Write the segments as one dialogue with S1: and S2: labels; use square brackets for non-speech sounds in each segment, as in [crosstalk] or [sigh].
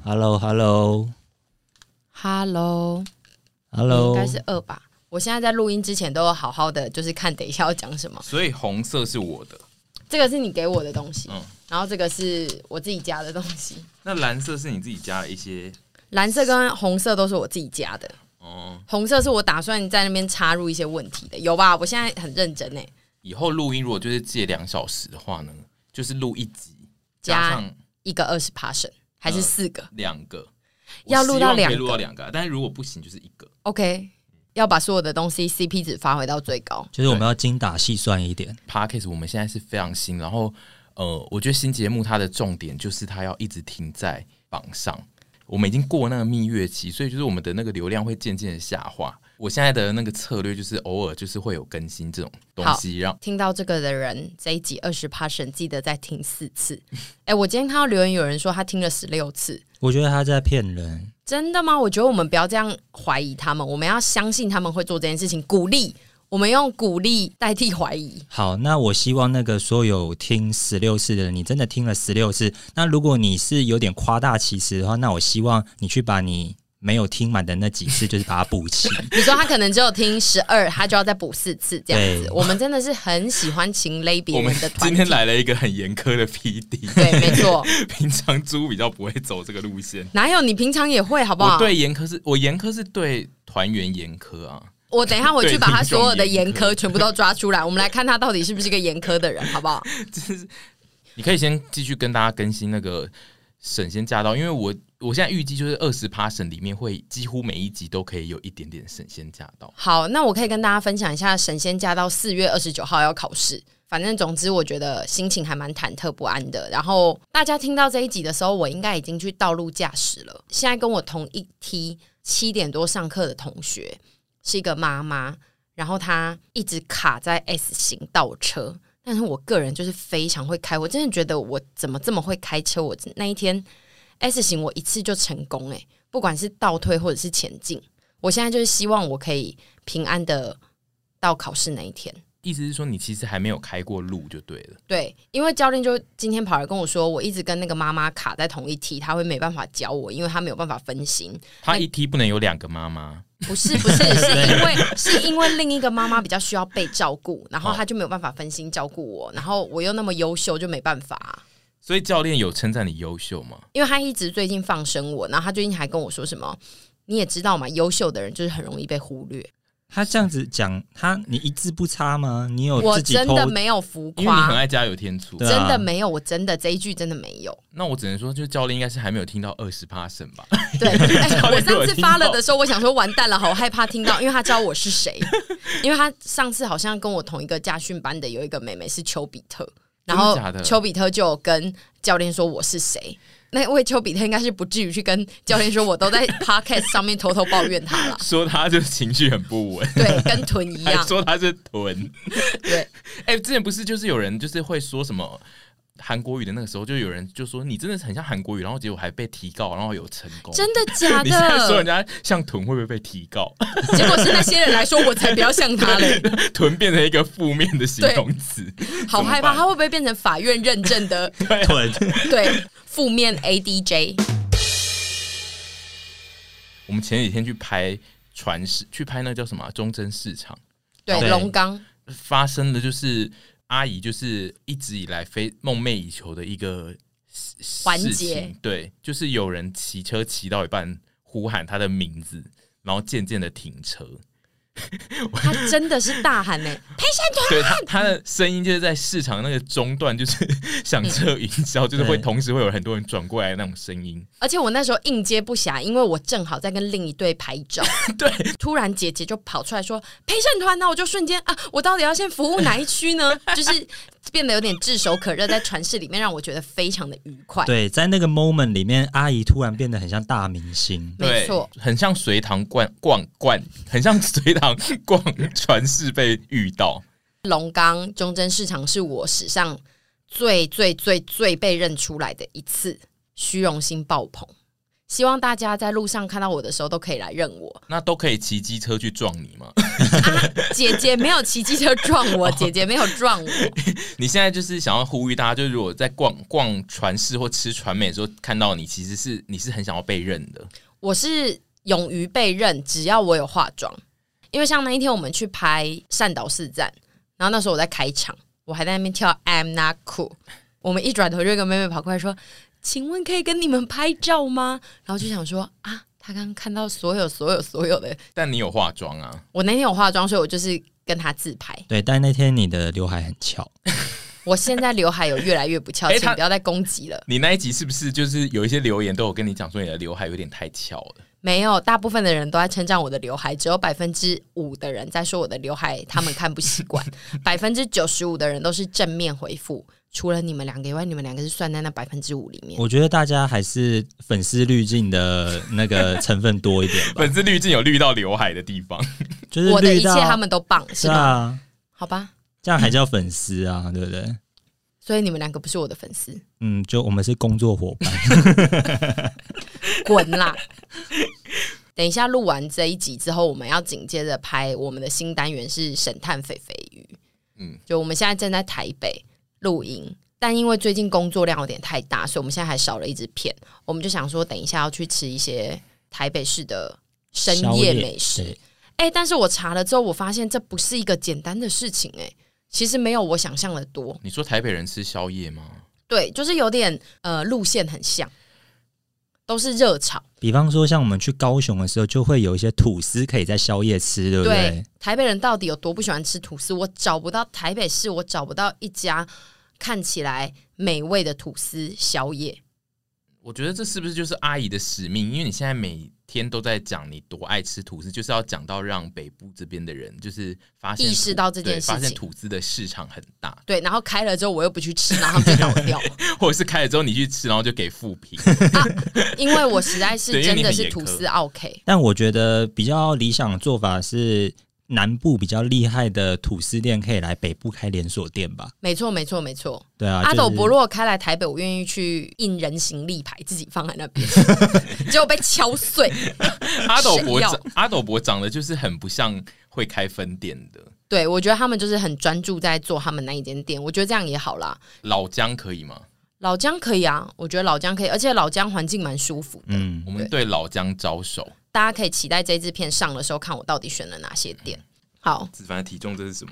S1: Hello，Hello，Hello，Hello，
S2: Hello，应该是二吧。我现在在录音之前都有好好的，就是看等一下要讲什么。
S3: 所以红色是我的，
S2: 这个是你给我的东西，
S3: 嗯
S2: 然后这个是我自己加的东西，
S3: 那蓝色是你自己加了一些，
S2: 蓝色跟红色都是我自己加的。
S3: 哦、
S2: 红色是我打算在那边插入一些问题的，有吧？我现在很认真欸诶，
S3: 以后录音如果就是借两小时的话呢，就是录一集，
S2: 加
S3: 加上嗯
S2: 一个二十 passion 还是四个、
S3: 两个，
S2: 要录到
S3: 我希望
S2: 两
S3: 可以
S2: 个
S3: 录到两个啊，但是如果不行就是一个。
S2: o k 要把所有的东西 CP 值发挥到最高。
S1: 就是我们要精打细算一点。
S3: Podcast 我们现在是非常新，然后呃，我觉得新节目它的重点就是它要一直停在榜上。我们已经过那个蜜月期，所以就是我们的那个流量会渐渐的下滑。我现在的那个策略就是偶尔就是会有更新这种东西，让
S2: 听到这个的人，这一集二十 passion 记得再听四
S3: [laughs]
S2: 次。哎、我今天看到留言有人说他听了十六次，
S1: 我觉得他在骗人，
S2: 真的吗？我觉得我们不要这样怀疑他们，我们要相信他们会做这件事情，鼓励我们用鼓励代替怀疑。
S1: 好，那我希望那个所有听十六次的人，你真的听了十六次。那如果你是有点夸大其词的话，那我希望你去把你没有听满的那几次，就是把它补
S2: [laughs]
S1: 齐。
S2: 你说他可能只有听十二，他就要再补四次这样子
S1: 对。
S2: 我们真的是很喜欢请 l a b
S3: 我们
S2: 的团体
S3: 今天来了一个很严苛的 PD，
S2: [laughs] 对，没错，
S3: 平常猪比较不会走这个路线。
S2: 哪有你平常也会好不好？
S3: 我对严苛是，我严苛是对团员严苛啊。
S2: 我等一下我去把他所有的
S3: 对听众
S2: 严
S3: 严苛
S2: 苛全部都抓出来，我们来看他到底是不是个严苛的人，好不好？
S3: 你可以先继续跟大家更新那个省先驾到，因为我我现在预计就是二十趴省里面会几乎每一集都可以有一点点省先驾到。
S2: 好，那我可以跟大家分享一下，神仙驾到四月二十九号要考试。反正总之，我觉得心情还蛮忐忑不安的。然后大家听到这一集的时候，我应该已经去道路驾驶了。现在跟我同一梯七点多上课的同学是一个妈妈，然后她一直卡在 S 型倒车。但是我个人就是非常会开，我真的觉得我怎么这么会开车？我那一天 S 型我一次就成功诶、不管是倒退或者是前进。我现在就是希望我可以平安的到考试那一天。
S3: 意思是说你其实还没有开过路就对了。
S2: 对，因为教练就今天跑来跟我说，我一直跟那个妈妈卡在同一题，他会没办法教我，因为他没有办法分心。
S3: 他一梯不能有两个妈妈，
S2: 不是不是，是因为是因为另一个妈妈比较需要被照顾，然后他就没有办法分心照顾我，然后我又那么优秀，就没办法啊、
S3: 所以教练有称赞你优秀吗？
S2: 因为他一直最近放生我，然后他最近还跟我说什么，你也知道嘛，优秀的人就是很容易被忽略。
S1: 他这样子讲，他你一字不差吗？你有
S2: 我
S1: 自己
S2: 真
S1: 偷
S2: 的没有浮
S3: 因为你很
S2: 夸，
S3: 爱加油添醋
S1: 对，啊
S2: 真的没有，我真的这一句真的没有。
S3: 那我只能说，就是教练应该是还没有听到二十趴省吧。 [laughs]
S2: [laughs] 对，哎、
S3: 教
S2: 我
S3: 练都有
S2: 上次
S3: 听
S2: 发了
S3: 到
S2: 的时候，我想说完蛋了，好害怕听到，因为他知道我是
S3: [laughs]
S2: 谁，因为他上次好像跟我同一个家训班的有一个妹妹是丘比特，然后
S3: 真的假的
S2: 丘比特就有跟教练说我是谁。那位丘比特应该是不至于去跟教练说，我都在 podcast 上面偷偷抱怨他
S3: [laughs]
S2: 了。
S3: 说他就是情绪很不稳，
S2: 对，跟豚一
S3: 还
S2: 样，
S3: 说他是臀。
S2: 对，
S3: 哎、之前不是就是有人就是会说什么韩国语的那个时候，就有人就说你真的是很像韩国语，然后结果还被提告，然后有成功。
S2: 真的假
S3: [laughs] 你现在说
S2: 的？
S3: 人家像臀会不会被提告？
S2: 结果是那些人来说，我才不要像他
S3: [laughs]
S2: 嘞，
S3: 臀变成一个负面的形容词，
S2: 好害怕，
S3: 怎么办
S2: 他会不会变成法院认证的
S1: 囤。
S2: 对负面 ADJ？
S3: 我们前几天去拍船市，去拍那叫什么啊忠贞市场，
S2: 对
S1: 对
S2: 龙岗。
S3: 发生的就是阿姨就是一直以来非梦寐以求的一个事
S2: 环节，
S3: 事情对，就是有人骑车骑到一半呼喊她的名字，然后渐渐的停车。
S2: 他真的是大喊呢、欸陪审团
S3: [laughs] 对他，他的声音就是在市场那个中段，就是响彻云霄，就是会
S1: 对
S3: 同时会有很多人转过来的那种声音。
S2: 而且我那时候应接不暇，因为我正好在跟另一队拍照。
S3: 对，
S2: 突然姐姐就跑出来说：“陪审团呢？”我就瞬间啊，我到底要先服务哪一区呢？ [laughs] 就是变得有点炙手可热，在传世里面让我觉得非常的愉快。
S1: 对，在那个 moment 里面，阿姨突然变得很像大明星。
S2: 没
S3: 对
S2: 错，
S3: 很像隋唐逛逛逛，很像隋唐逛传世被遇到。
S2: 龙岗中贞市场是我史上最最最最被认出来的一次，虚荣心爆棚。希望大家在路上看到我的时候都可以来认我。啊
S3: 那都可以骑机车去撞你吗？ [laughs]
S2: 姐姐没有骑机车撞我，姐姐没有撞我，
S3: 你现在就是想要呼吁大家，就是如果在逛逛船市或吃船美的时候看到你，其实是你是很想要被认的。
S2: 我是勇于被认，只要我有化妆。因为像那一天我们去拍善导四站，然后那时候我在开场，我还在那边跳 I'm not cool。我们一转头就有一个妹妹跑过来说：“请问可以跟你们拍照吗？”然后就想说啊，她刚刚看到所有所有所有的，
S3: 但你有化妆啊，
S2: 我那天有化妆，所以我就是跟她自拍。
S1: 对，但那天你的刘海很翘，
S2: 我现在刘海有越来越不翘，
S3: 诶
S2: 请
S3: 她
S2: 不要再攻击了。
S3: 你那一集是不是就是有一些留言都有跟你讲说你的刘海有点太翘了？
S2: 没有，大部分的人都在称赞我的刘海，只有百分之五的人在说我的刘海他们看不习惯，百分之九十五的人都是正面回复。除了你们两个以外，你们两个是算在那百分之五里面。
S1: 我觉得大家还是粉丝滤镜的那个成分多一点
S2: [laughs]
S1: 吧，
S3: 粉丝滤镜有滤到刘海的地方，
S1: 就是
S2: 我的
S1: 滤
S2: 一切
S1: 到
S2: 他们都棒，是
S1: 是
S2: 吗？
S1: 啊，
S2: 好吧，
S1: 这样还叫粉丝啊，对不对？
S2: 所以你们两个不是我的粉丝，
S1: 嗯，就我们是工作伙
S2: [laughs]
S1: 伴，
S2: 滚啦！ [laughs] 等一下录完这一集之后，我们要紧接着拍我们的新单元是神探肥肥鱼。
S3: 嗯
S2: 嗯，就我们现在正在台北录音，但因为最近工作量有点太大，所以我们现在还少了一支片。我们就想说，等一下要去吃一些台北市的深
S1: 宵
S2: 夜
S1: 夜
S2: 美食
S1: 对。
S2: 哎、但是我查了之后，我发现这不是一个简单的事情、哎，其实没有我想象的多。
S3: 你说台北人吃宵夜吗？
S2: 对，就是有点呃路线很像，都是热炒。
S1: 比方说像我们去高雄的时候，就会有一些吐司可以在宵夜吃，对不对？
S2: 对，台北人到底有多不喜欢吃吐司？我找不到台北市，我找不到一家看起来美味的吐司宵夜。
S3: 我觉得这是不是就是阿姨的使命？因为你现在每天都在讲你多爱吃吐司，就是要讲到让北部这边的人就是发现
S2: 意识到这件
S3: 对
S2: 事
S3: 发现
S2: 情
S3: 吐司的市场很大， [laughs]
S2: 对，然后开了之后我又不去吃，然后他们就倒掉，
S3: 或者是开了之后你去吃，然后就给负评。
S2: 因为我实在是
S3: 对因为
S2: 真
S3: 你
S2: 的
S3: 很
S2: 是
S3: 严
S2: 吐
S3: 苛
S2: 司 OK。
S1: 但我觉得比较理想的做法是，南部比较厉害的吐司店可以来北部开连锁店吧？
S2: 没错，没错，没错。
S1: 对啊，
S2: 阿
S1: 就
S2: 斗
S1: 是
S2: 伯若开来台北，我愿意去印人形立牌，自己放在那边，结果被敲碎。
S3: 阿斗伯
S2: 谁要
S3: 长，阿斗伯长得就是很不像会开分店的。
S2: 对，我觉得他们就是很专注在做他们那一间店，我觉得这样也好啦。
S3: 老姜可以吗？
S2: 老姜可以啊，我觉得老姜可以，而且老姜环境蛮舒服的，
S1: 嗯
S3: 我，们对老姜招手。
S2: 大家可以期待这支片上的时候，看我到底选了哪些店。好，
S3: 子凡的体重这是什么？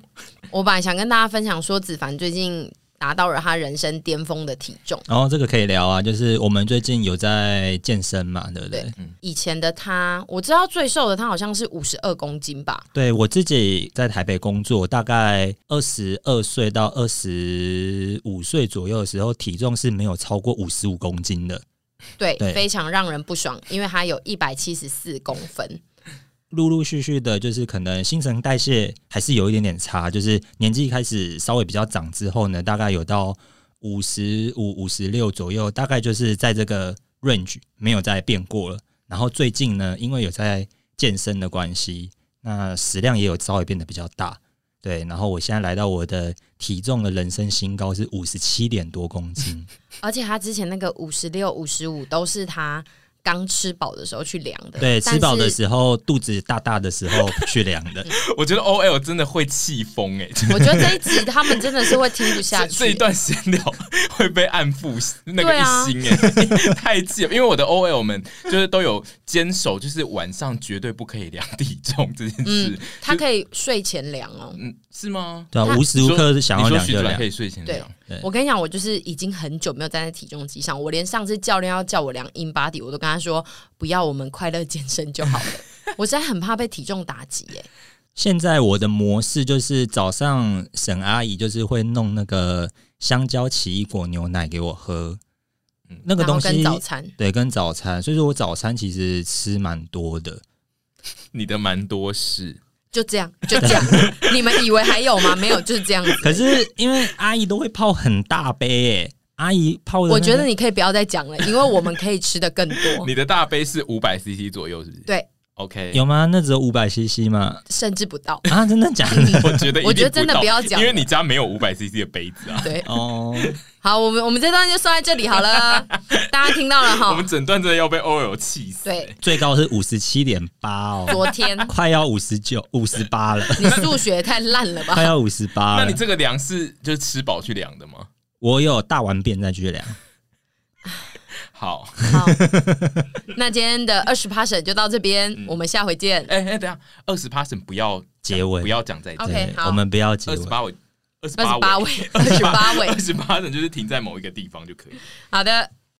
S2: 我本来想跟大家分享说，子凡最近达到了他人生巅峰的体重。
S1: 然后这个可以聊啊，就是我们最近有在健身嘛，对不对？
S2: 对以前的他，我知道最瘦的他好像是五十二公斤吧，
S1: 对我自己在台北工作，大概二十二岁到二十五岁左右的时候，体重是没有超过五十五公斤的。
S2: 对，
S1: 对
S2: 非常让人不爽，因为他有一百七十四公分。
S1: 陆陆续续的，就是可能新陈代谢还是有一点点差，就是年纪开始稍微比较长之后呢，大概有到五十五、五十六左右，大概就是在这个 range 没有再变过了。然后最近呢，因为有在健身的关系，那食量也有稍微变得比较大，对。然后我现在来到我的体重的人生新高是五十七点多公斤，
S2: 而且他之前那个五十六、五十五都是他刚吃饱的时候去量的，
S1: 对，
S2: 但
S1: 吃饱的
S2: 是
S1: 时候肚子大大的时候去量的，
S3: 我觉得 O L 真的会气疯哎，
S2: 我觉得这一集他们真的是会听不
S1: [laughs]
S2: 下
S3: 这
S2: 去。
S3: 这一段闲聊会被按负那个
S2: 对啊
S3: 一星哎， [laughs] 太气了。因为我的 O L 们就是都有坚守，就是晚上绝对不可以量体重这件事
S2: 嗯。，他可以睡前量哦。
S3: 嗯，是吗？
S1: 对啊吧、
S2: 那
S1: 无时无刻想要
S3: 你说
S1: 量
S3: 徐
S1: 就
S3: 子凡
S1: 量
S3: 可。以睡前
S2: 对
S3: 量，
S1: 对
S2: 我跟你讲，我就是已经很久没有站在体重机上，我连上次教练要叫我量 in body，我都跟他说不要，我们快乐健身就好了。我实在很怕被体重打击耶、
S1: 现在我的模式就是早上沈阿姨就是会弄那个香蕉奇异果牛奶给我喝，
S3: 嗯
S1: 那个
S2: 然
S1: 东
S2: 后
S1: 西
S2: 跟早餐，
S1: 对跟早餐，所以说我早餐其实吃蛮多的。
S3: 你的蛮多事。
S2: 就这样，就这样。你们以为还有吗？没有，就是这样子。
S1: [laughs] 可是因为阿姨都会泡很大杯诶、阿姨泡的那个、
S2: 我
S3: [laughs]
S2: 觉得你可以不要再讲了，因为我们可以吃的更多。
S3: 你的大杯是五百 CC 左右，是不是？
S2: 哦对，
S3: OK，
S1: 有吗？那只有五百 CC 吗？
S2: 甚至不到。
S1: 啊，真的假
S2: [laughs]
S1: 的？
S3: 我觉得一定
S2: 我觉得真的
S3: 到
S2: 不要讲
S3: 因为你家没有五百 CC 的杯子啊。
S2: 对，
S1: 哦，
S2: 好，我们我们这段就算在这里好了，大家听到了
S3: 我
S2: 哈
S3: 们。整段真的要被 OL 气死、
S2: 哦对，
S1: 最高是五十七点八哦，
S2: 昨天
S1: 快要五十九、五十八
S2: [laughs]
S1: 了，
S2: 你数学太烂了
S1: 快
S2: 吧？
S1: 要五十八
S3: 那你
S1: 了。
S3: 这个量是就是吃饱去量的吗？
S1: 我有大完便再去量。
S3: 好，
S2: 好， [laughs] 那今天的二十 passion 就到这边，我们下回见。
S3: 哎、哎、等一下二十 passion 不要
S1: 结尾
S3: 不要讲再见，
S2: OK，
S1: 对
S2: 好
S1: 我们不要结
S3: 二
S1: 尾
S3: 十。八尾，二十
S2: 二十八
S3: 八
S2: 位，二十八位
S3: [laughs] 二。十八就是停在某一个地方就可以。
S2: 好的，